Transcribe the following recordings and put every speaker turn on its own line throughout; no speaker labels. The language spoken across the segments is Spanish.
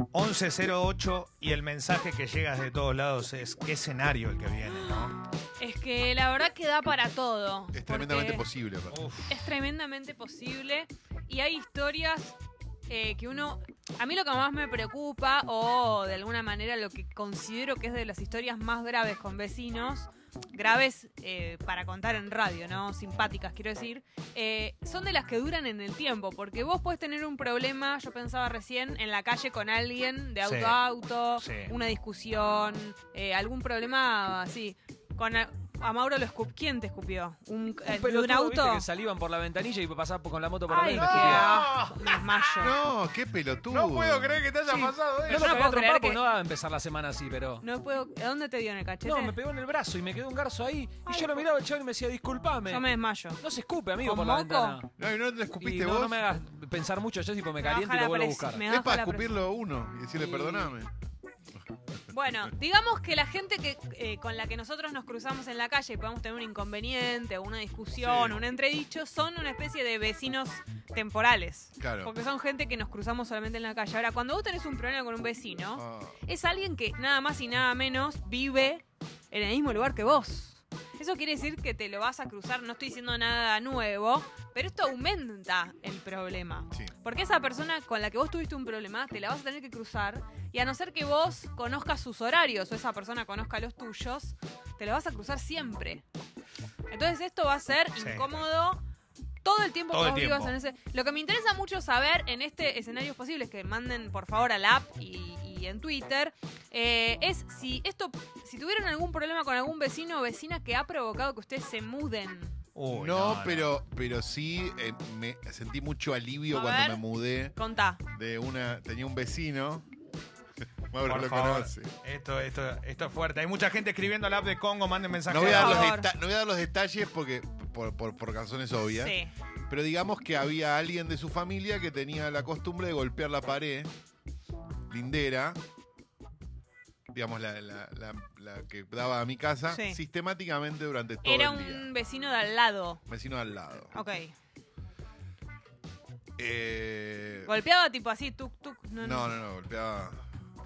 1108 y el mensaje que llega de todos lados es qué escenario el que viene, ¿no?
Es que la verdad que da para todo.
Es tremendamente
porque
posible. aparte.
Uf.
Es tremendamente posible. Y hay historias eh, que uno. A mí lo que más me preocupa, o de alguna manera lo que considero que es de las historias más graves con vecinos, graves eh, para contar en radio, ¿no? Simpáticas, quiero decir, eh, son de las que duran en el tiempo. Porque vos podés tener un problema, yo pensaba recién, en la calle con alguien, de auto
Sí.
a auto,
Sí.
una discusión, eh, algún problema así. Con a, a Mauro lo escupió. ¿Quién te escupió? ¿Un, eh, de
pelotudo,
un auto?
¿viste? que salían por la ventanilla y pasás por- con la moto por
Ay,
arriba.
qué asco, me desmayo.
No, qué pelotudo.
No puedo creer que te haya pasado
No
eso.
lo
no
cagué
puedo
a trompar
creer
porque
que-
no va a empezar la semana así, pero...
No puedo. ¿a ¿Dónde te dio en el cachete?
No, me pegó en el brazo y me quedó un garzo ahí.
Ay,
y yo lo
po-
miraba al chabón y me decía, disculpame.
Yo me desmayo.
No se escupe, amigo,
¿Con
por la
moco?
ventana.
No, y no te
Y
escupiste
no,
vos.
no me hagas pensar mucho, yo tipo me
Me baja
caliento y
la
lo vuelvo a
presi-
buscar.
me
Es
baja
para
la
escupirlo uno y decirle
Y-
perdoname.
presi- Bueno, digamos que la gente que eh, con la que nosotros nos cruzamos en la calle y podemos tener un inconveniente, una discusión,
Sí.
un entredicho, son una especie de vecinos temporales.
Claro.
Porque son gente que nos cruzamos solamente en la calle. Ahora, cuando vos tenés un problema con un vecino,
Ah,
es alguien que nada más y nada menos vive en el mismo lugar que vos. Eso quiere decir que te lo vas a cruzar, no estoy diciendo nada nuevo, pero esto aumenta el problema.
sí.
Porque esa persona con la que vos tuviste un problema, te la vas a tener que cruzar. Y a no ser que vos conozcas sus horarios o esa persona conozca los tuyos, te la vas a cruzar siempre. Entonces esto va a ser
Sí.
incómodo todo el tiempo
Todo
que
el
vos
tiempo.
vivas en ese... Lo que me interesa mucho saber en este escenario posible es que manden por favor al app y, y en Twitter, eh, es si esto, si tuvieron algún problema con algún vecino o vecina que ha provocado que ustedes se muden.
Uy,
no, pero, pero sí eh, me sentí mucho alivio
A
cuando
ver.
me mudé
Contá.
de una. Tenía un vecino. Mauro
Por
lo
favor.
conoce.
Esto, esto, esto es fuerte. Hay mucha gente escribiendo al app de Congo, manden mensajes.
No voy, a dar
Por
los
favor.
deta- no voy a dar los detalles porque por, por- por razones obvias.
Sí.
Pero digamos que había alguien de su familia que tenía la costumbre de golpear la pared lindera, digamos, la, la- la- la que daba a mi casa,
Sí.
sistemáticamente durante todo
Era
el día.
un vecino de al lado.
Vecino al lado.
Ok.
Eh,
Golpeaba tipo así, tuk, tuk. No,
no, no, no, golpeaba.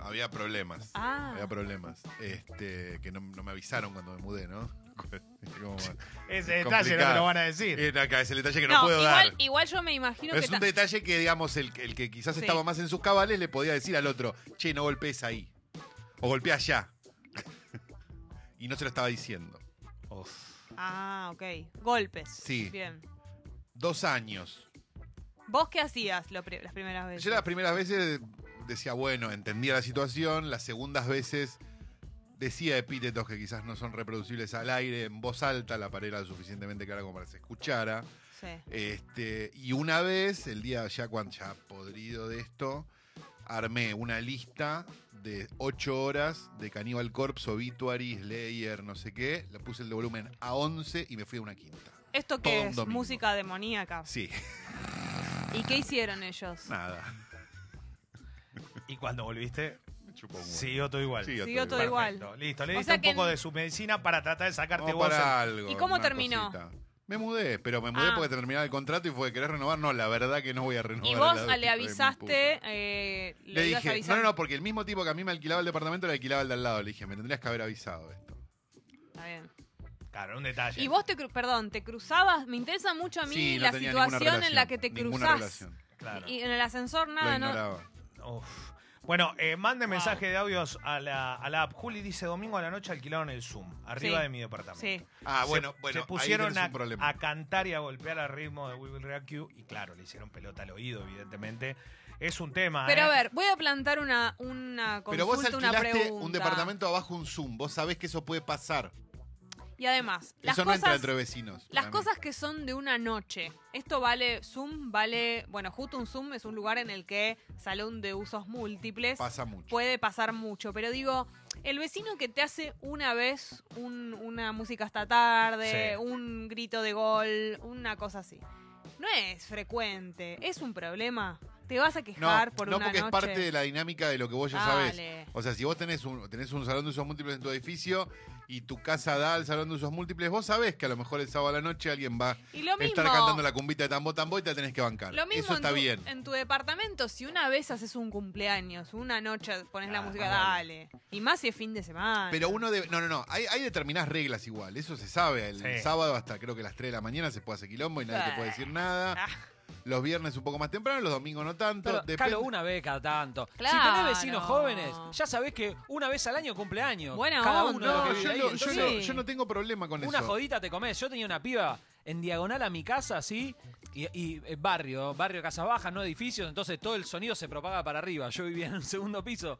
Había problemas.
Ah.
Había problemas. Este, que no, no me avisaron cuando me mudé, ¿no? Como-
Ese detalle no te lo van a decir.
Era acá, es el detalle que no,
No,
puedo
igual,
dar.
igual yo me imagino
Pero
que...
es un
ta-
detalle que, digamos, el, el que quizás
Sí.
estaba más en sus cabales le podía decir al otro, che, no golpees ahí. O golpea allá. y no se lo estaba diciendo.
Eh,
Ah, ok. Golpes.
Sí.
Bien.
Dos años.
¿Vos qué hacías lo pri- las primeras veces?
Yo las primeras veces decía, bueno, entendía la situación. Las segundas veces decía epítetos que quizás no son reproducibles al aire en voz alta. La pared era lo suficientemente clara como para que se escuchara.
Sí.
Este, y una vez, el día ya cuando ya podrido de esto, armé una lista de ocho horas de Cannibal Corpse, Obituary, Slayer, no sé qué. Le puse el de volumen a 11 y me fui a una quinta.
¿Esto
Todo
que
un
es?
domingo. Ah.
Música demoníaca.
Sí,
¿Y qué hicieron ellos?
nada.
Y cuando volviste,
Chupó un huevo.
siguió todo igual.
Siguió
Siguió todo
igual.
igual.
Perfecto, Listo, le
O
diste
sea
un
que
poco
en-
de su medicina para tratar de sacarte
Vamos
vos.
para
el-
algo,
¿Y cómo
una
terminó?
cosita. Me mudé, pero me mudé
Ah.
porque terminaba el contrato y fue, ¿querés renovar? No, la verdad que no voy a renovar.
Y
a
vos
la
le
hija de mi
avisaste...
puta.
eh,
Le,
le ibas a
dije, no,
avisar.
no, no, porque el mismo tipo que a mí me alquilaba el departamento le alquilaba el de al lado. Le dije, me tendrías que haber avisado esto.
Está bien.
Claro, un detalle.
Y vos te... cru- Perdón, te cruzabas... Me interesa mucho a mí
Sí, no
la
tenía ninguna
situación en
relación,
la que te
ninguna
cruzás.
relación.
Claro.
Y en el ascensor
Lo
nada, ¿no?
ignoraba.
Uf. Bueno, eh, manden
Wow.
mensaje de audios a la, a la app. Juli dice, domingo a la noche alquilaron el Zoom, arriba
Sí.
de mi departamento.
Sí.
Ah,
Se-
bueno, bueno.
Se pusieron
ahí tenés
a,
un problema.
a cantar y a golpear al ritmo de We Will Rock You, y claro, le hicieron pelota al oído, evidentemente. Es un tema.
Pero
¿eh?
a ver, voy a plantar una, una consulta,
Pero vos
una
alquilaste
pregunta.
un departamento abajo un Zoom. Vos sabés que eso puede pasar.
Y además, las
eso no entra
cosas,
entre vecinos.
las
para mí.
cosas que son de una noche. Esto vale Zoom, vale. Bueno, justo un Zoom es un lugar en el que salón de usos múltiples
Pasa mucho.
puede pasar mucho. Pero digo, el vecino que te hace una vez un- una música hasta tarde,
Sí.
un grito de gol, una cosa así. No es frecuente, es un problema. Te vas a
No,
quejar por
no
una
porque
noche.
es parte de la dinámica de lo que vos ya
Dale.
sabés. O sea, si vos tenés un, tenés un salón de usos múltiples en tu edificio y tu casa da al salón de usos múltiples, vos sabés que a lo mejor el sábado a la noche alguien va
Y lo
a
mismo.
estar cantando la cumbita de tambo tambo y te la tenés que bancar.
Lo mismo
Eso está
en, tu,
bien.
en tu departamento, si una vez haces un cumpleaños, una noche pones la
Ah,
música,
más
dale. Y más si es fin de
Ah.
semana.
Pero uno debe. No, no, no. Hay, hay determinadas reglas igual. Eso se sabe. El
Sí.
sábado hasta creo que las 3 de la mañana se puede hacer quilombo y nadie te puede decir nada.
Ah.
Los viernes un poco más temprano, los domingos no tanto.
Pero,
Depende-
Calo, una vez cada tanto. Si
Claro.
tenés vecinos jóvenes, ya sabés que una vez al año cumpleaños.
Buena
cada uno
onda.
de los
No,
que
No,
vive
yo,
ahí.
no, yo
Entonces,
no-
sí.
yo no tengo problema con
Una
eso.
jodita te comés. Yo tenía una piba en diagonal a mi casa, así, y, y, eh, barrio, barrio Casas Bajas, no edificios, entonces todo el sonido se propaga para arriba. Yo vivía en un segundo piso.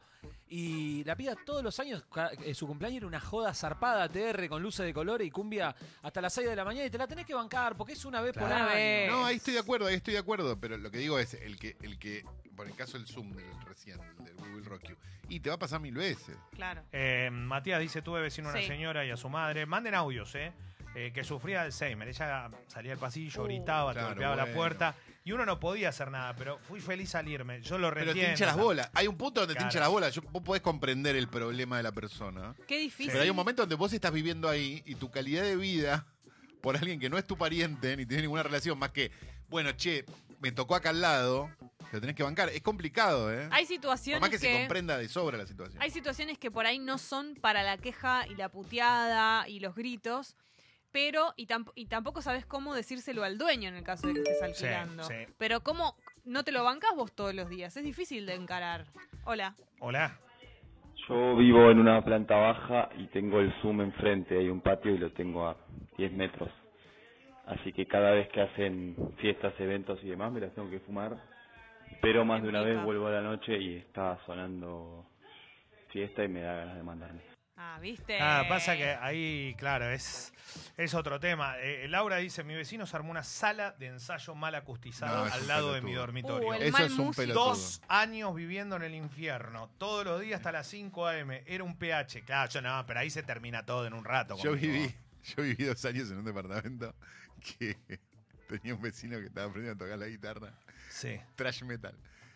Y la piba todos los años, ca- eh, su cumpleaños era una joda zarpada, TR, con luces de colores y cumbia hasta las 6 de la mañana y te la tenés que bancar porque es una vez por
Una
año.
vez.
No, ahí estoy de acuerdo, ahí estoy de acuerdo, pero lo que digo es el que, el que, por el caso del Zoom del recién, del We Will Rock You, y te va a pasar mil veces.
Claro.
Eh, Matías dice, tuve vecino a una
Sí.
señora y a su madre. Manden audios, ¿eh? Eh, que sufría Alzheimer. Ella salía al pasillo,
Uh.
gritaba, te
Claro,
golpeaba la
bueno.
puerta. Y uno no podía hacer nada, pero fui feliz salirme. Yo lo
Pero
retiendo.
te hincha las bolas. Hay un punto donde
Claro.
te hincha las bolas. Yo- vos podés comprender el problema de la persona.
Qué difícil.
Pero hay un momento ¿eh? donde vos estás viviendo ahí y tu calidad de vida por alguien que no es tu pariente ni tiene ninguna relación más que, bueno, che, me tocó acá al lado, te lo tenés que bancar. Es complicado, ¿eh?
Hay
por
situaciones
más que, se
que
comprenda de sobra la situación.
Hay situaciones que por ahí no son para la queja y la puteada y los gritos, pero y, tamp- y tampoco sabes cómo decírselo al dueño en el caso de que estés
Sí,
alquilando.
sí.
Pero cómo no te lo bancas vos todos los días, es difícil de encarar. Hola.
Hola.
Yo vivo en una planta baja y tengo el Zoom enfrente, hay un patio y lo tengo a 10 metros. Así que cada vez que hacen fiestas, eventos y demás me las tengo que fumar. Pero más de una vez vuelvo a la noche y está sonando fiesta y me da ganas de mandarme.
Ah, viste.
Ah, pasa que ahí, claro, es, es otro tema. Eh, Laura dice, mi vecino se armó una sala de ensayo mal acustizado
No, es
al
un
lado de mi
pelotudo.
dormitorio.
Uh, el
Eso
mal
es un
músico.
pelotudo.
Dos años viviendo en el infierno, todos los días hasta las 5 a.m. Era un pH. Claro, yo nada, pero ahí se termina todo en un rato.
Yo
conmigo.
viví, yo viví dos años en un departamento que tenía un vecino que estaba aprendiendo a tocar la guitarra,
Sí.
trash metal.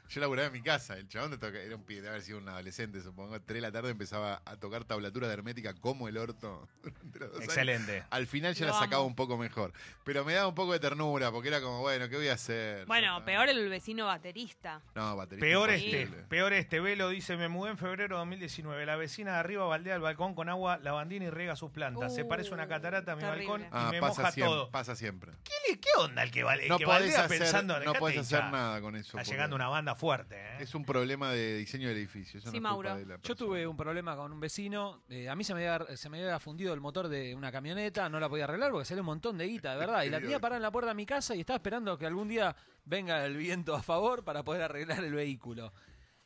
Yo laburaba en mi casa, el chabón de toca- era un pibe, debe haber sido un adolescente, supongo. Tres de la tarde empezaba a tocar tablatura de hermética como el orto. durante los dos años.
Excelente.
Al final ya
Lo
la sacaba
amo.
un poco mejor. Pero me daba un poco de ternura, porque era como, bueno, ¿qué voy a hacer?
Bueno,
Ah,
peor el vecino baterista.
No, baterista
Peor
imposible.
este, peor este. Velo dice, me mudé en febrero de 2019. La vecina de arriba baldea el balcón con agua lavandina y riega sus plantas. Se
Uh,
parece una catarata a mi
terrible.
balcón y
Ah,
me
pasa
moja
siempre,
todo.
pasa siempre.
¿Qué, le- qué onda el que, bal- el
No
que
podés
baldea
hacer,
pensando?
no
Dejate
podés
hinchar.
hacer nada con eso.
Está
porque
llegando una banda fuerte, ¿eh?
Es un problema de diseño del edificio. Eso
Sí,
no es
Mauro.
culpa de la
Yo
persona.
tuve un problema con un vecino. eh, a mí se me, había, se me había fundido el motor de una camioneta. No la podía arreglar porque salió un montón de guita, de verdad. Y la tenía parada en la puerta de mi casa y estaba esperando que algún día venga el viento a favor para poder arreglar el vehículo.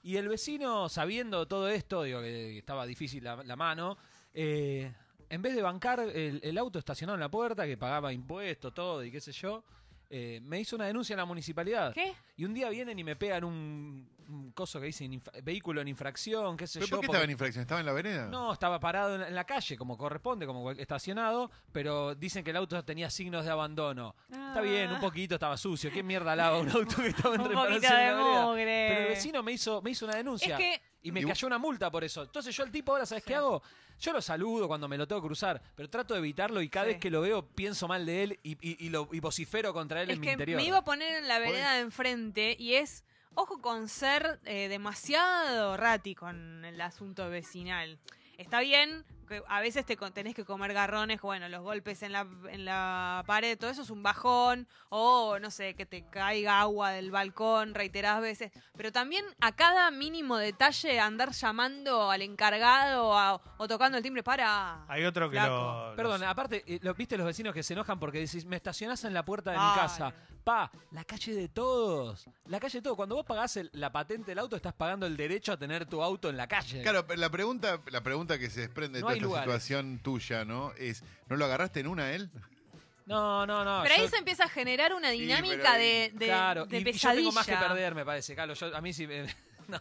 Y el vecino, sabiendo todo esto, digo que estaba difícil la, la mano, eh, en vez de bancar el, el auto estacionado en la puerta, que pagaba impuestos, todo y qué sé yo, eh, me hizo una denuncia en la municipalidad.
¿Qué?
Y un día vienen y me pegan un, un coso que dice infa- vehículo en infracción, qué sé
¿Pero
yo.
por qué
porque-
estaba en infracción? ¿Estaba en la vereda?
no, estaba parado en la- en la calle, como corresponde, como cual- estacionado, pero dicen que el auto tenía signos de abandono. Está bien, un poquito estaba sucio. ¿Qué mierda lava un auto que estaba
Ah.
en
Un
reparación
poquito de
en la vereda?
mugre.
Pero el vecino me hizo, me hizo una denuncia.
Es que-
Y me
Y-
cayó una multa por eso. Entonces yo al tipo ahora, ¿sabes qué hago? Yo lo saludo cuando me lo tengo que cruzar, pero trato de evitarlo y cada
Sí.
vez que lo veo pienso mal de él y, y- y lo, y vocifero contra él
Es
en mi
que
interior.
me iba a poner en la vereda de enfrente y es, ojo con ser eh, demasiado rati con el asunto vecinal. Está bien que a veces te con- tenés que comer garrones, bueno, los golpes en la, en la pared, todo eso es un bajón, o no sé, que te caiga agua del balcón reiteradas veces, pero también a cada mínimo detalle andar llamando al encargado a- o tocando el timbre para...
Hay otro que
Flaco.
lo...
Perdón,
los-
aparte, eh, lo- ¿viste los vecinos que se enojan porque decís, me estacionás en la puerta de
Ay.
mi casa? Pa, la calle de todos. La calle de todos. Cuando vos pagás el- la patente del auto, estás pagando el derecho a tener tu auto en la calle.
Claro, pero la pregunta, la pregunta que se desprende de
No
toda
hay
esta
lugares.
situación tuya, ¿no? Es, ¿no lo agarraste en una a él?
No, no, no.
Pero ahí
yo-
se empieza a generar una
Sí,
dinámica
pero ahí-
de, de,
claro,
de
y- y
pesadilla.
yo tengo más que perder, me parece, Carlos. Yo- a mí sí. me- no.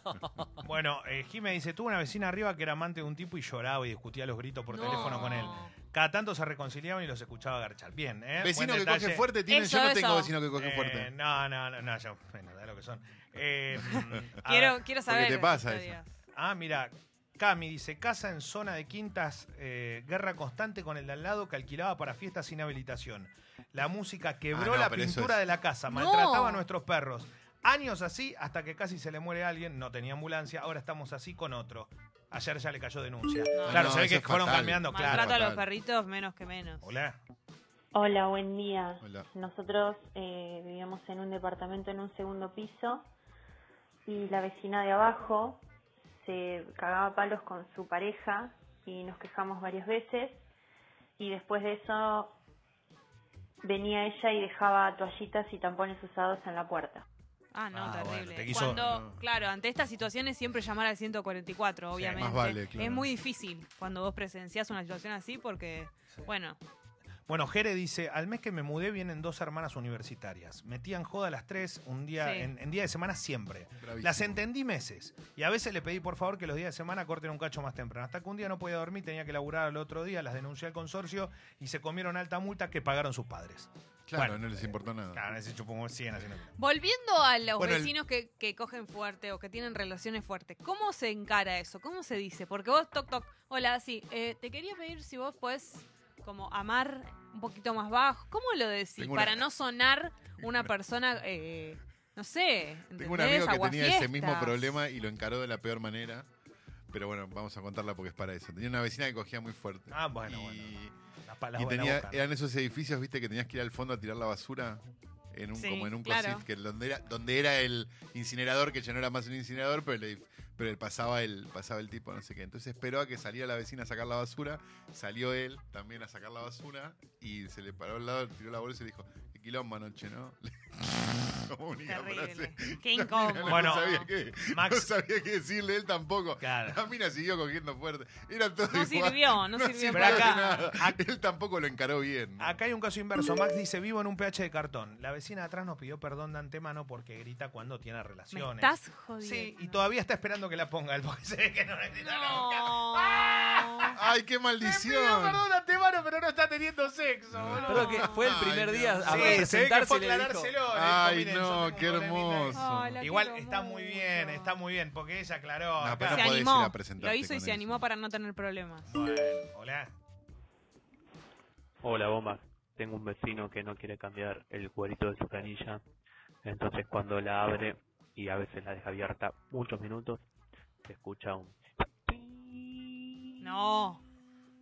Bueno, eh, Jime dice, tuve una vecina arriba que era amante de un tipo y lloraba y discutía a los gritos por
No.
teléfono con él. Cada tanto se reconciliaban y los escuchaba garchar. Bien, ¿eh?
Vecino
Buen
que
detalle.
coge fuerte tiene.
Eso,
yo no
eso.
tengo vecino que coge
Eh,
fuerte.
No, no, no, no, yo, bueno, da lo que son. Eh, a
Quiero,
ver.
quiero
Porque
saber.
te
las
pasa
historias.
Ah, mira, Cami dice, casa en zona de quintas, eh, guerra constante con el de al lado que alquilaba para fiestas sin habilitación. La música quebró
Ah, no,
la
pero eso
pintura
es-
de la casa,
No.
maltrataba a nuestros perros. Años así hasta que casi se le muere alguien, no tenía ambulancia, ahora estamos así con otro. Ayer ya le cayó denuncia. Claro,
No,
se ve
eso
que
es
fueron
fatal.
cambiando, claro.
Maltrato a los
fatal.
perritos menos que menos.
Hola.
Hola, buen día.
Hola.
Nosotros eh, vivíamos en un departamento en un segundo piso y la vecina de abajo se cagaba a palos con su pareja y nos quejamos varias veces y después de eso venía ella y dejaba toallitas y tampones usados en la puerta.
Ah, no,
Ah,
terrible.
bueno, te quiso-
cuando,
no.
claro, ante estas situaciones siempre llamar al 144, obviamente.
más vale, claro.
Es muy difícil cuando vos presenciás una situación así porque, bueno,
Bueno, Jere dice, al mes que me mudé vienen dos hermanas universitarias. Metían joda a las tres un día,
Sí.
en, en día de semana siempre.
Bravísimo.
Las entendí meses. Y a veces le pedí por favor que los días de semana corten un cacho más temprano. Hasta que un día no podía dormir, tenía que laburar al otro día, las denuncié al consorcio y se comieron alta multa que pagaron sus padres.
Claro,
Bueno,
no les importó nada.
Claro, ese chupongo siguen haciendo.
Volviendo a los
Bueno, el-
vecinos que, que cogen fuerte o que tienen relaciones fuertes, ¿cómo se encara eso? ¿Cómo se dice? Porque vos, toc, toc, hola, sí, eh, te quería pedir si vos podés como amar un poquito más bajo. ¿Cómo lo decís?
Tengo una-
Para no sonar una persona, eh, no sé,
Tengo un
¿entendés?
amigo que tenía ese
Aguafiestas.
mismo problema y lo encaró de la peor manera. Pero bueno, vamos a contarla porque es para eso. Tenía una vecina que cogía muy fuerte.
Ah, bueno,
y,
bueno. La
y
palabra
tenía,
la boca, ¿no?
eran esos edificios, viste, que tenías que ir al fondo a tirar la basura. En un,
Sí,
como en un
claro.
closet, que donde era, donde era el incinerador, que ya no era más un incinerador, pero, el edif- pero el- pasaba, el, pasaba el tipo, no sé qué. Entonces esperó a que saliera la vecina a sacar la basura, salió él también a sacar la basura, y se le paró al lado, tiró la bolsa y le dijo, qué quilombo anoche, ¿no? Como única frase.
Terrible. Qué incómodo.
No
Bueno,
sabía qué,
Max-
no sabía qué decirle él tampoco.
Claro.
La mina siguió cogiendo fuerte. Era todo
no
igual.
sirvió, no,
No
sirvió.
Pero
para
acá-
nada. Él tampoco lo encaró bien. ¿no?
Acá hay un caso inverso. Max dice, vivo en un pH de cartón. La vecina de atrás nos pidió perdón de antemano porque grita cuando tiene
Me
relaciones.
estás jodiendo.
Sí, y todavía está esperando que la ponga él, porque se ve que no la grita nunca.
No.
¡Ay, qué
Pidió
maldición!
perdón de antemano, pero no está teniendo sexo, boludo.
Perdón, que fue el
Ay,
primer
Dios.
día a
Sí, se ve Ah, que
presentarse
fue
y le dijo-
aclarárselo. le dijo,
Ay,
"Miren, yo
no,
tengo un
qué
problemita".
hermoso.
Ay, la
Igual
quiero
está muy
mucho.
bien, está muy bien, porque ella aclaró.
No,
acá.
se
pero no podés ir a
animó. lo
presentarte
hizo y
con
se
eso.
animó para no tener problemas.
Bueno, hola.
Hola, bomba. Tengo un vecino que no quiere cambiar el cuadrito de su canilla. Entonces, cuando la abre y a veces la deja abierta muchos minutos, se escucha un
No,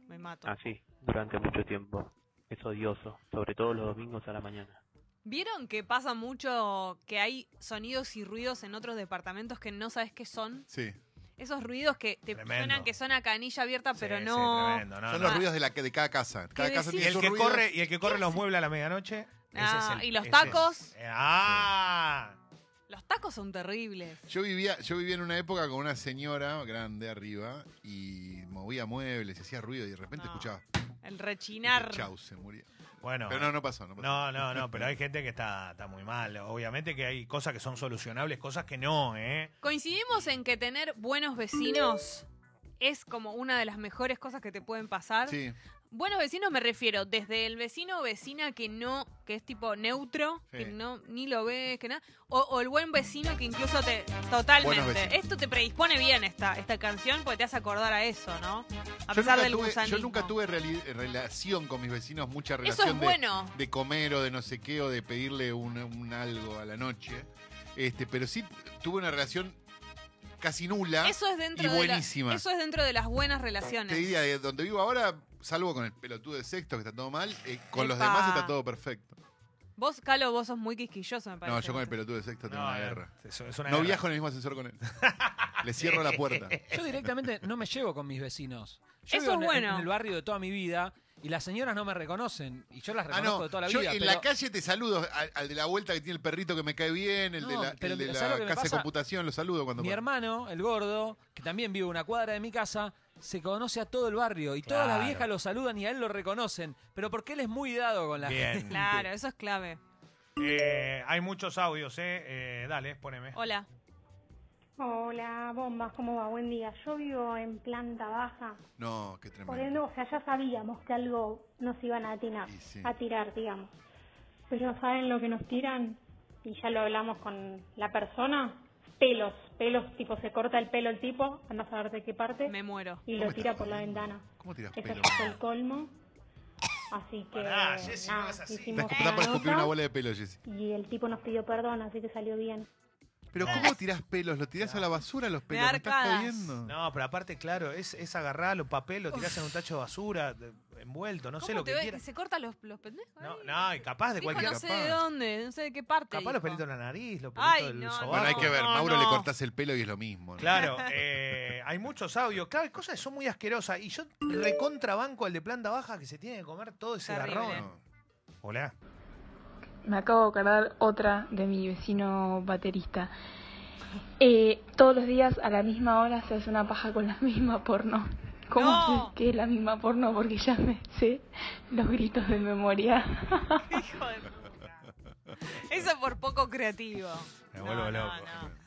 me mato.
Ah.
así durante mucho tiempo. Es odioso, sobre todo los domingos a la mañana.
¿Vieron que pasa mucho que hay sonidos y ruidos en otros departamentos que no sabes qué son?
Sí.
Esos ruidos que te
Tremendo.
suenan que son a canilla abierta, Ah, pero
Sí, sí,
no.
tremendo, no,
Son
no.
los ruidos de, la, de cada casa. Cada
¿Qué
casa
Y
decís?
tiene
el
sus
que
ruidos.
corre, y el que corre los muebles a la medianoche. ese
Ah,
es el-
y los
ese
tacos.
es- Eh, ah.
Los tacos son terribles.
Yo vivía, yo vivía en una época con una señora grande arriba y movía muebles, y hacía ruido y de repente
No.
escuchaba.
El rechinar.
Chau, se murió.
Bueno.
Pero no, no pasó, no pasó.
No, no, no, pero hay gente que está, está muy mal. Obviamente que hay cosas que son solucionables, cosas que no, ¿eh?
Coincidimos en que tener buenos vecinos es como una de las mejores cosas que te pueden pasar.
Sí,
Buenos vecinos me refiero, desde el vecino o vecina que no, que es tipo neutro,
Sí.
que no, ni lo ves, que nada, o, o el buen vecino que incluso te, totalmente,
vecinos.
esto te predispone bien esta, esta canción porque te hace acordar a eso, ¿no? A
Yo
pesar
nunca
del
tuve-
gusanismo.
Yo nunca tuve reali- relación con mis vecinos, mucha
Eso
relación
es
de,
bueno.
de comer o de no sé qué o de pedirle un, un algo a la noche. Este, pero sí tuve una relación casi nula.
Eso es dentro
y
de la-
buenísima.
eso es dentro de las buenas
Te
relaciones.
diría, de donde vivo ahora, salvo con el pelotudo de sexto que está todo mal, eh, con los
Epa.
demás está todo perfecto.
Vos, Calo, vos sos muy quisquilloso, me parece.
No, yo con el pelotudo de sexto tengo
No,
una
no,
guerra.
es- es una
No
guerra.
viajo en el mismo ascensor con él. Le cierro la puerta.
Yo directamente no me llevo con mis vecinos. Yo
Eso
vivo
es
en-
bueno.
en el barrio de toda mi vida y las señoras no me reconocen y yo las
Ah,
reconozco
no.
de toda la
yo
vida.
en
pero-
la calle te saludo. Al, al de la vuelta que tiene el perrito que me cae bien, el de
No,
la,
pero
el de
mira,
la
¿sabes lo que me
casa de
pasa?
computación, lo saludo cuando
Mi
puedo.
hermano, el gordo, que también vive a una cuadra de mi casa, se conoce a todo el barrio y todas las
Claro.
viejas lo saludan y a él lo reconocen. Pero porque él es muy dado con la
Bien.
gente.
Claro, eso es clave.
Eh, hay muchos audios, ¿eh? Eh, Dale, poneme.
Hola.
Hola, bombas, ¿cómo va? Buen día. Yo vivo en planta baja,
No, qué
por
tremendo.
ende, o sea, ya sabíamos que algo nos iban a atinar,
sí.
a tirar, digamos. Pero ¿saben lo que nos tiran? Y ya lo hablamos con la persona. Pelos, pelos, tipo, se corta el pelo el tipo, anda a saber de qué parte. Me
muero.
Y lo tira por la ventana.
¿Cómo tiras
Eso
pelo?
ya es el colmo. Así que,
Pará, Jessy, no
nada,
hagas así.
hicimos
Estás está para
una
escupir una
nota
bola de pelo, Jessy.
y el tipo nos pidió perdón, así que salió bien.
Pero ¿cómo tirás pelos? ¿Lo tirás a la basura los pelos? ¿Me estás
arcadas.
jodiendo?
No, pero aparte, claro, es, es agarrar los papeles, lo tirás en un tacho de basura, de- envuelto, no sé
¿Cómo
lo
te
que
ve-
quieras.
¿Se cortan los, los pendejos?
No,
ahí?
no, y capaz de
Dijo,
cualquier
No sé
capaz.
de dónde, no sé de qué parte.
Capaz los
dijo.
pelitos en la nariz, los pelitos
Ay,
del
no,
sobaco.
Bueno, hay que ver.
No,
Mauro
no.
le cortás el pelo y es lo mismo. ¿no?
Claro, eh, hay muchos audios. Cada cosa son muy asquerosas. Y yo recontrabanco al de planta baja que se tiene que comer todo ese
Terrible.
garrón.
No.
Hola.
Me acabo de acordar otra de mi vecino baterista. Eh, todos los días a la misma hora se hace una paja con la misma porno. ¿Cómo
No.
sé que es la misma porno? Porque ya me sé los gritos de memoria.
Hijo de puta. Eso por poco creativo.
Me vuelvo
No, no,
loco.
no.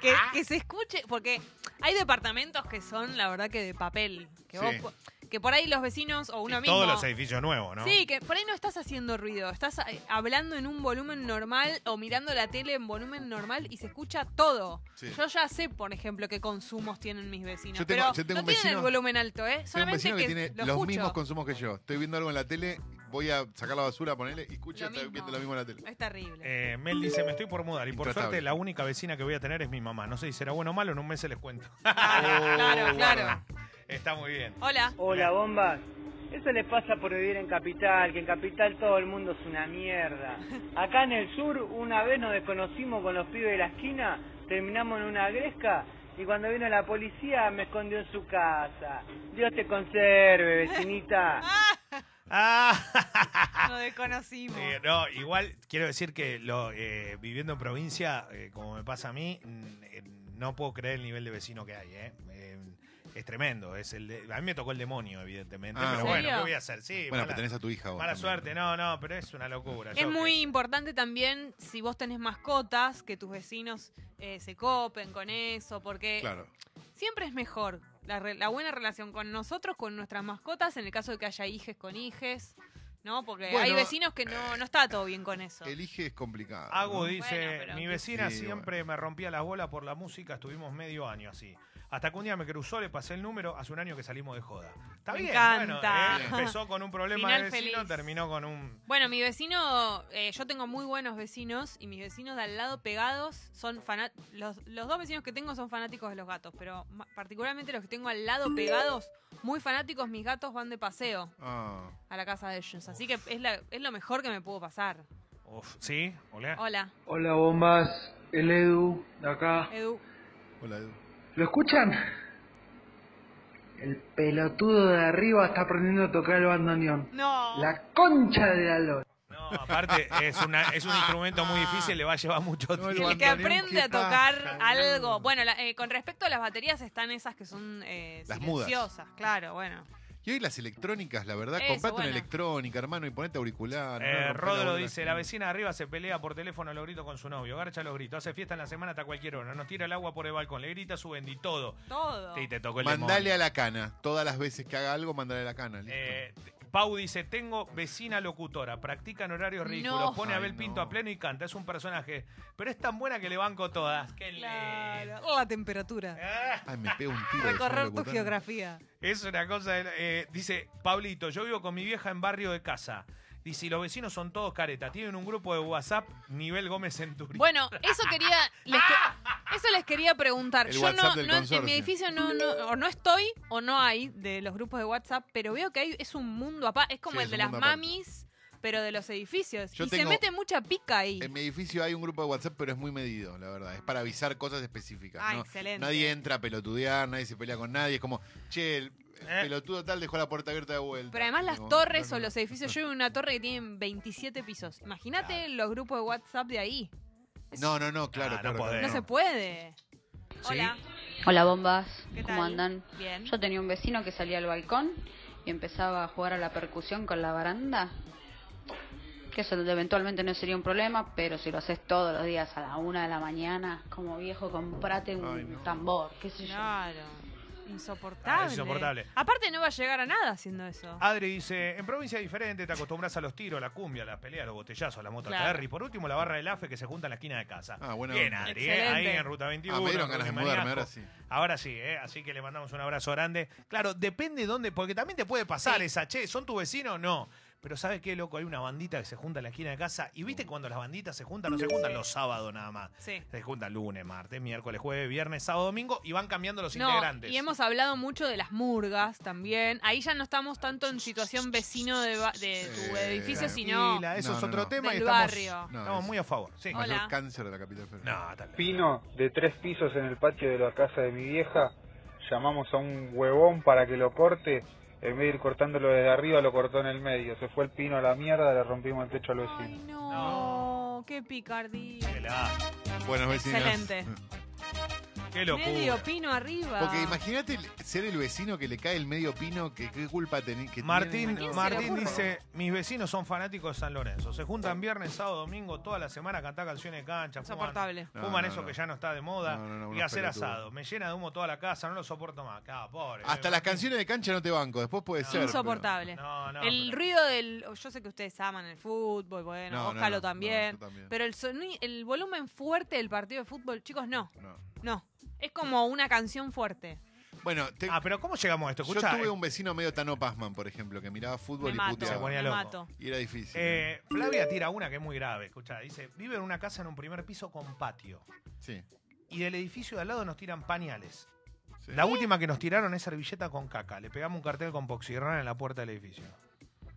Que, que se escuche, porque hay departamentos que son, la verdad, que de papel. Que, vos
Sí.
po- que por ahí los vecinos o uno
Y
mismo.
Todos los edificios nuevos, ¿no?
Sí, que por ahí no estás haciendo ruido, estás eh, hablando en un volumen normal o mirando la tele en volumen normal y se escucha todo.
Sí.
Yo ya sé, por ejemplo, qué consumos tienen mis vecinos,
Yo tengo-
pero
yo
no
tengo un
tienen
vecino-
el volumen alto, ¿eh?
Tengo un
Solamente
vecino que, tiene
lo
los
escucho.
mismos consumos que yo. Estoy viendo algo en la tele, voy a sacar la basura, ponerle y escucho,
Lo
estoy
mismo.
viendo lo mismo en la tele.
Es terrible.
Eh, Mel dice, me estoy por mudar y por
Intratable.
suerte la única vecina que voy a tener es mi mamá. No sé si será bueno o malo, en un mes se les cuento.
Claro,
oh,
claro, claro.
Está muy bien.
Hola.
Hola, bombas. Eso les pasa por vivir en Capital, que en Capital todo el mundo es una mierda. Acá en el sur, una vez nos desconocimos con los pibes de la esquina, terminamos en una gresca y cuando vino la policía me escondió en su casa. Dios te conserve, vecinita.
Ah,
Nos desconocimos.
Eh, no, igual quiero decir que lo, eh, viviendo en provincia, eh, como me pasa a mí, mm, eh, no puedo creer el nivel de vecino que hay. ¿eh? Eh, es tremendo. Es el de- a mí me tocó el demonio, evidentemente.
Ah,
pero
¿en
bueno,
serio?
¿qué voy a hacer? Sí,
Bueno,
mala,
pero tenés a tu hija vos.
mala
también.
suerte. No, no, pero es una locura.
Es
Yo
muy
que-
importante también si vos tenés mascotas, que tus vecinos eh, se copen con eso, porque
Claro.
siempre es mejor la, re- la buena relación con nosotros, con nuestras mascotas, en el caso de que haya hijes con hijes, ¿no? Porque hay
Bueno,
vecinos que no, no está todo bien con eso.
Elige es complicado.
Hago
¿no?
dice,
pero-
mi vecina
Sí,
siempre me rompía las bolas por la música, estuvimos medio año así. Hasta que un día me cruzó, le pasé el número, hace un año que salimos de joda. Está
Me
bien,
encanta.
bueno, ¿eh? empezó con un problema
Final
de vecino,
feliz.
terminó con un...
Bueno, mi vecino, eh, yo tengo muy buenos vecinos y mis vecinos de al lado pegados son fana- los, los dos vecinos que tengo son fanáticos de los gatos, pero ma- particularmente los que tengo al lado pegados, muy fanáticos, mis gatos van de paseo
Ah,
a la casa de ellos, así que es, la- es lo mejor que me pudo pasar.
Uf, ¿sí? Hola.
Hola,
Hola, bombas. El Edu, de acá.
Edu.
hola, Edu.
¿Lo escuchan? El pelotudo de arriba está aprendiendo a tocar el bandoneón.
No.
concha de la lora.
No, aparte es, una, es un instrumento muy difícil, le va a llevar mucho
No,
tiempo.
El que
bandoneón,
aprende
qué
a tocar
paja,
algo.
boludo.
Bueno, la- eh, con respecto a las baterías están esas que son eh,
Las mudas.
silenciosas, claro, bueno.
Y hoy las electrónicas, la verdad,
Eso,
comprate
bueno.
una electrónica, hermano, y ponete auricular. no le
Eh,
rompés la
Rodro
bola.
dice, la vecina de arriba se pelea por teléfono a los gritos con su novio, garcha a los gritos, hace fiesta en la semana hasta cualquier hora, nos tira el agua por el balcón, le grita su bendi, todo.
Todo.
Sí, te tocó el
Mandale
demonio.
a la cana. Todas las veces que haga algo, mandale a la cana. listo.
Eh, t- Pau dice, tengo vecina locutora, practica en horarios
No.
ridículos, pone a
Ay,
Abel Pinto
no.
a pleno y canta, es un personaje, pero es tan buena que le banco todas. Qué lindo.
Claro. Eh, La temperatura.
Ah.
Ay, me pego un tiro. de
Recorrer
solo
tu
locutor.
geografía.
Es una cosa. de la- eh, dice Pablito: Yo vivo con mi vieja en barrio de casa. Dice: y Los vecinos son todos careta. Tienen un grupo de WhatsApp nivel Gómez Centurión.
Bueno, eso quería les que- eso les quería preguntar.
El
Yo
WhatsApp
no,
del
no- en mi
consorcio.
edificio no, no o no estoy o no hay de los grupos de WhatsApp, pero veo que hay es un mundo aparte, es como
Sí,
el
es
de
un
las
mundo aparte.
mamis, pero de los edificios
Yo
y se
tengo-
mete mucha pica ahí.
En mi edificio hay un grupo de WhatsApp, pero es muy medido, la verdad. Es para avisar cosas específicas.
Ah,
¿no?
excelente.
Nadie entra a pelotudear, nadie se pelea con nadie. Es como, che, el
Eh.
el pelotudo tal dejó la puerta abierta de vuelta.
Pero además las
Digo,
torres
no, no,
o
no.
los edificios, yo vivo en una torre que tiene 27 pisos. Imagínate los grupos de WhatsApp de ahí.
No, no, no, claro,
Ah, no
claro,
podés.
No
Bueno.
se puede. Hola,
Hola bombas,
¿qué tal?
¿cómo andan?
Bien.
Yo tenía un vecino que salía al balcón y empezaba a jugar a la percusión con la baranda.
que eso eventualmente no sería un problema, pero si lo haces todos los días a la una de la mañana, como viejo, comprate un tambor, qué sé yo.
Claro. Insoportable.
Ah, es insoportable. Ah.
Aparte no va a llegar a nada haciendo eso.
Adri dice, en provincia diferente te acostumbras a los tiros, a la cumbia, a las peleas, a los botellazos, a la moto
Claro.
TR y por último la barra del AFE que se junta en la esquina de casa.
Ah, bueno.
Bien, Adri, ¿eh? ahí
Excelente.
en Ruta 21.
Ah, me dieron
con
ganas de
el
mudarme,
maníaco.
ahora sí.
Ahora sí, ¿eh? así que le mandamos un abrazo grande. Claro, depende dónde, porque también te puede pasar esa, che, ¿son tu vecino? No. Pero ¿sabes qué, loco? Hay una bandita que se junta en la esquina de casa y
Mm.
viste cuando las banditas se juntan, no se juntan
Sí.
los sábados nada más.
Sí.
Se juntan lunes, martes, miércoles, jueves, viernes, sábado, domingo y van cambiando los
No,
integrantes.
y hemos hablado mucho de las murgas también. Ahí ya no estamos tanto en situación vecino de, ba- de tu
Eh,
edificio, sino
tranquila, eso es otro tema
del
y estamos,
barrio.
No,
estamos
es-
muy a favor. Sí.
Mayor
Hola.
cáncer de la capital
No, tal
Pino de tres pisos en el patio de la casa de mi vieja. Llamamos a un huevón para que lo corte. En vez de ir cortándolo desde arriba, lo cortó en el medio. Se fue el pino a la mierda, le rompimos el techo al vecino.
No, qué picardía.
Buenos vecinos.
Excelente.
Qué
Medio pino arriba.
Porque imagínate el- ser el vecino que le cae el medio pino, que qué culpa tenés que
Martín,
tiene.
Martín dice, mis vecinos son fanáticos de San Lorenzo. Se juntan viernes, sábado, domingo, toda la semana a cantar canciones de cancha. fuman-
Insoportable.
Fuman,
No, no,
eso
no.
que ya no está de moda.
No, no, no,
y
unos
hacer
pelotudos.
asado. Me llena de humo toda la casa, no lo soporto más. Ah, pobre.
Hasta las canciones de cancha no te banco, después puede ser. pero-
Insoportable.
No, no,
el ruido del. oh, Yo sé que ustedes aman el fútbol, bueno,
No, no,
Óscar
no,
lo también.
no, yo también.
Pero el, soni- el volumen fuerte del partido de fútbol, chicos, no.
No.
No. Es como una canción fuerte.
Bueno, te-
Ah, pero ¿cómo llegamos a esto?
Yo
Escuchá,
tuve
eh.
un vecino medio Tano Pazman, por ejemplo, que miraba fútbol
Me
y
mato,
puteaba.
Se ponía me loco. mato.
Y era difícil.
Eh, Flavia tira una que es muy grave. Escucha, dice, vive en una casa en un primer piso con patio.
Sí.
Y del edificio de al lado nos tiran pañales.
Sí.
La última que nos tiraron es servilleta con caca. Le pegamos un cartel con poxirrana en la puerta del edificio.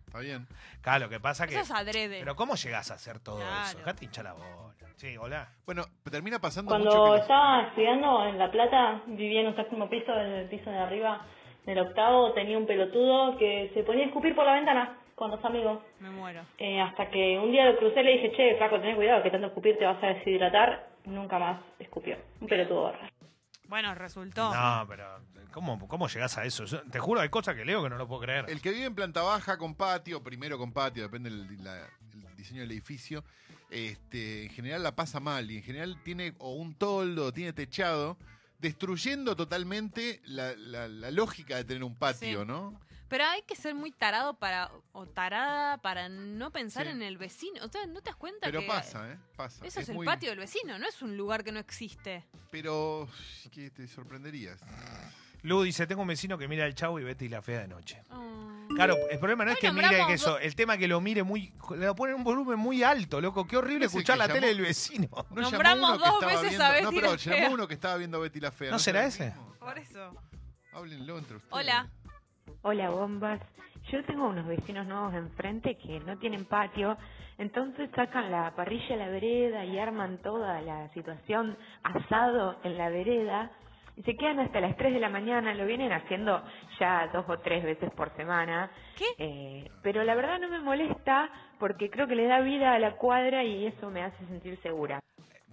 Está bien.
Claro, lo que pasa que...
Eso es adrede.
Pero ¿cómo llegás a hacer todo
Claro.
eso? Dejate hinchar la bola. Sí, hola.
Bueno, termina pasando
Cuando estaba estudiando en La Plata, vivía en un séptimo piso, en el piso de arriba, en el octavo, tenía un pelotudo que se ponía a escupir por la ventana con los amigos.
Me muero.
Eh, hasta que un día lo crucé y le dije, che, flaco, tenés cuidado que tanto escupir te vas a deshidratar. Nunca más escupió. Un pelotudo barra.
Bueno, resultó.
No, pero ¿cómo, cómo llegás a eso? Yo- te juro, hay cosas que leo que no lo puedo creer.
El que vive en planta baja con patio, primero con patio, depende del la- el diseño del edificio, este, en general la pasa mal y en general tiene o un toldo, o tiene techado, destruyendo totalmente la, la- la lógica de tener un patio,
Sí.
¿no?
Pero hay que ser muy tarado para o tarada para no pensar
Sí.
en el vecino. O sea, ¿no te das cuenta
Pero
que
pasa, ¿eh? Pasa.
eso es, el
muy-
patio del vecino? No es un lugar que no existe.
Pero que te sorprenderías.
Lu dice, tengo un vecino que mira el chavo y Betty la fea de noche.
Oh.
Claro, el problema no es
Hoy
que mire
nombramos
que eso,
dos-
el tema es que lo mire muy, le lo ponen en un volumen muy alto, loco, qué horrible
¿Es el
escuchar
que
la
llamó?
tele del vecino.
No llamó
Nombramos
uno que
dos
estaba
veces
viendo-
a Betty
No, pero
la
llamó
Fea.
uno que estaba viendo Betty la Fea.
¿No será
el
ese?
mismo?
Por eso.
Háblenlo entre ustedes.
Hola.
Hola, bombas. Yo tengo unos vecinos nuevos enfrente que no tienen patio, entonces sacan la parrilla a la vereda y arman toda la situación asado en la vereda y se quedan hasta las 3 de la mañana, lo vienen haciendo ya dos o tres veces por semana. Eh,
¿Qué?
pero la verdad no me molesta porque creo que le da vida a la cuadra y eso me hace sentir segura.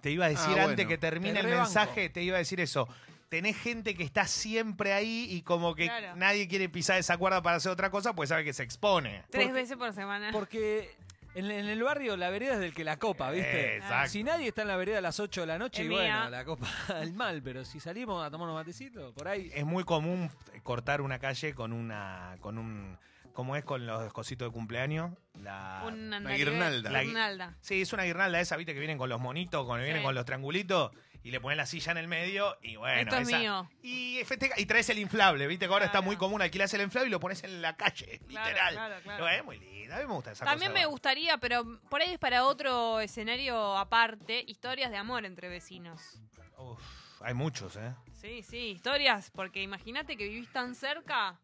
Te iba a decir
Ah,
antes
bueno.
que termine
Te
el
rebanco.
mensaje, te iba a decir eso. Tenés gente que está siempre ahí y como que
Claro.
nadie quiere pisar esa cuerda para hacer otra cosa, pues sabe que se expone.
Tres veces por semana.
Porque en, en el barrio la vereda es del que la
Ah,
copa, ¿viste?
Eh, exacto.
Si nadie está en la vereda a las 8 de la noche,
Es
y
mía.
bueno, la copa al mal, pero si salimos a tomar unos matecitos, por ahí.
Es muy común cortar una calle con una con un como es con los cositos de cumpleaños, la
Un andarivel- guirnalda.
La gui-
guirnalda.
Sí, es una guirnalda esa, viste que vienen con los monitos, con, vienen
Sí.
con los triangulitos y le ponen la silla en el medio y bueno,
Esto es
esa-
mío.
Y, festeja- y traes el inflable, viste que ahora está muy común, alquilás el inflable y lo pones en la calle, literal.
claro, claro.
Lo- es muy lindo, a mí me gusta esa
También
cosa.
me gustaría, pero por ahí es para otro escenario aparte, historias de amor entre vecinos.
Uf, hay muchos, ¿eh?
Sí, sí, historias, porque imagínate que vivís tan cerca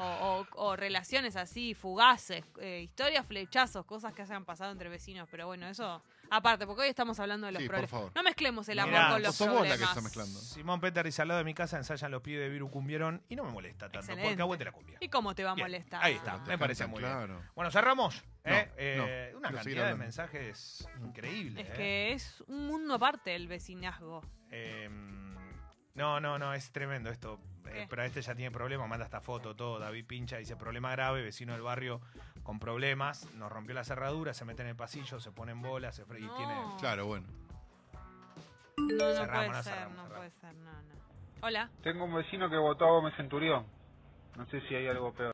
o, o- o relaciones así, fugaces, eh, historias, flechazos, cosas que hayan pasado entre vecinos, pero bueno, eso aparte, porque hoy estamos hablando de los
Sí, por
problemas.
favor.
No mezclemos el amor
Mirá,
con los
sos vos la que
problemas.
está mezclando.
Simón Peter dice, al lado de mi casa ensayan los pibes de Viru Cumbieron y no me molesta tanto,
Excelente.
porque aguante la cumbia.
¿Y cómo te va a
Bien,
molestar?
Ahí está, me parece
cantan,
muy
claro.
bien. Bueno, cerramos. ¿eh?
No,
Eh,
no,
una
quiero seguir
cantidad de
hablando.
mensajes increíble.
Mm. Es
¿eh?
que es un mundo aparte el vecinazgo.
Eh, No, no, no, es tremendo esto. Eh, pero este ya tiene problemas, manda esta foto, todo. David Pincha dice: problema grave, vecino del barrio con problemas, nos rompió la cerradura, se mete en el pasillo, se pone en bola, se fre- y
No.
tiene.
Claro, bueno.
No, no
Cerramos,
puede
no
ser,
cerramos,
no puede ser, no, no. Hola.
Tengo un vecino que votó a Gómez Centurión. No sé si hay algo peor.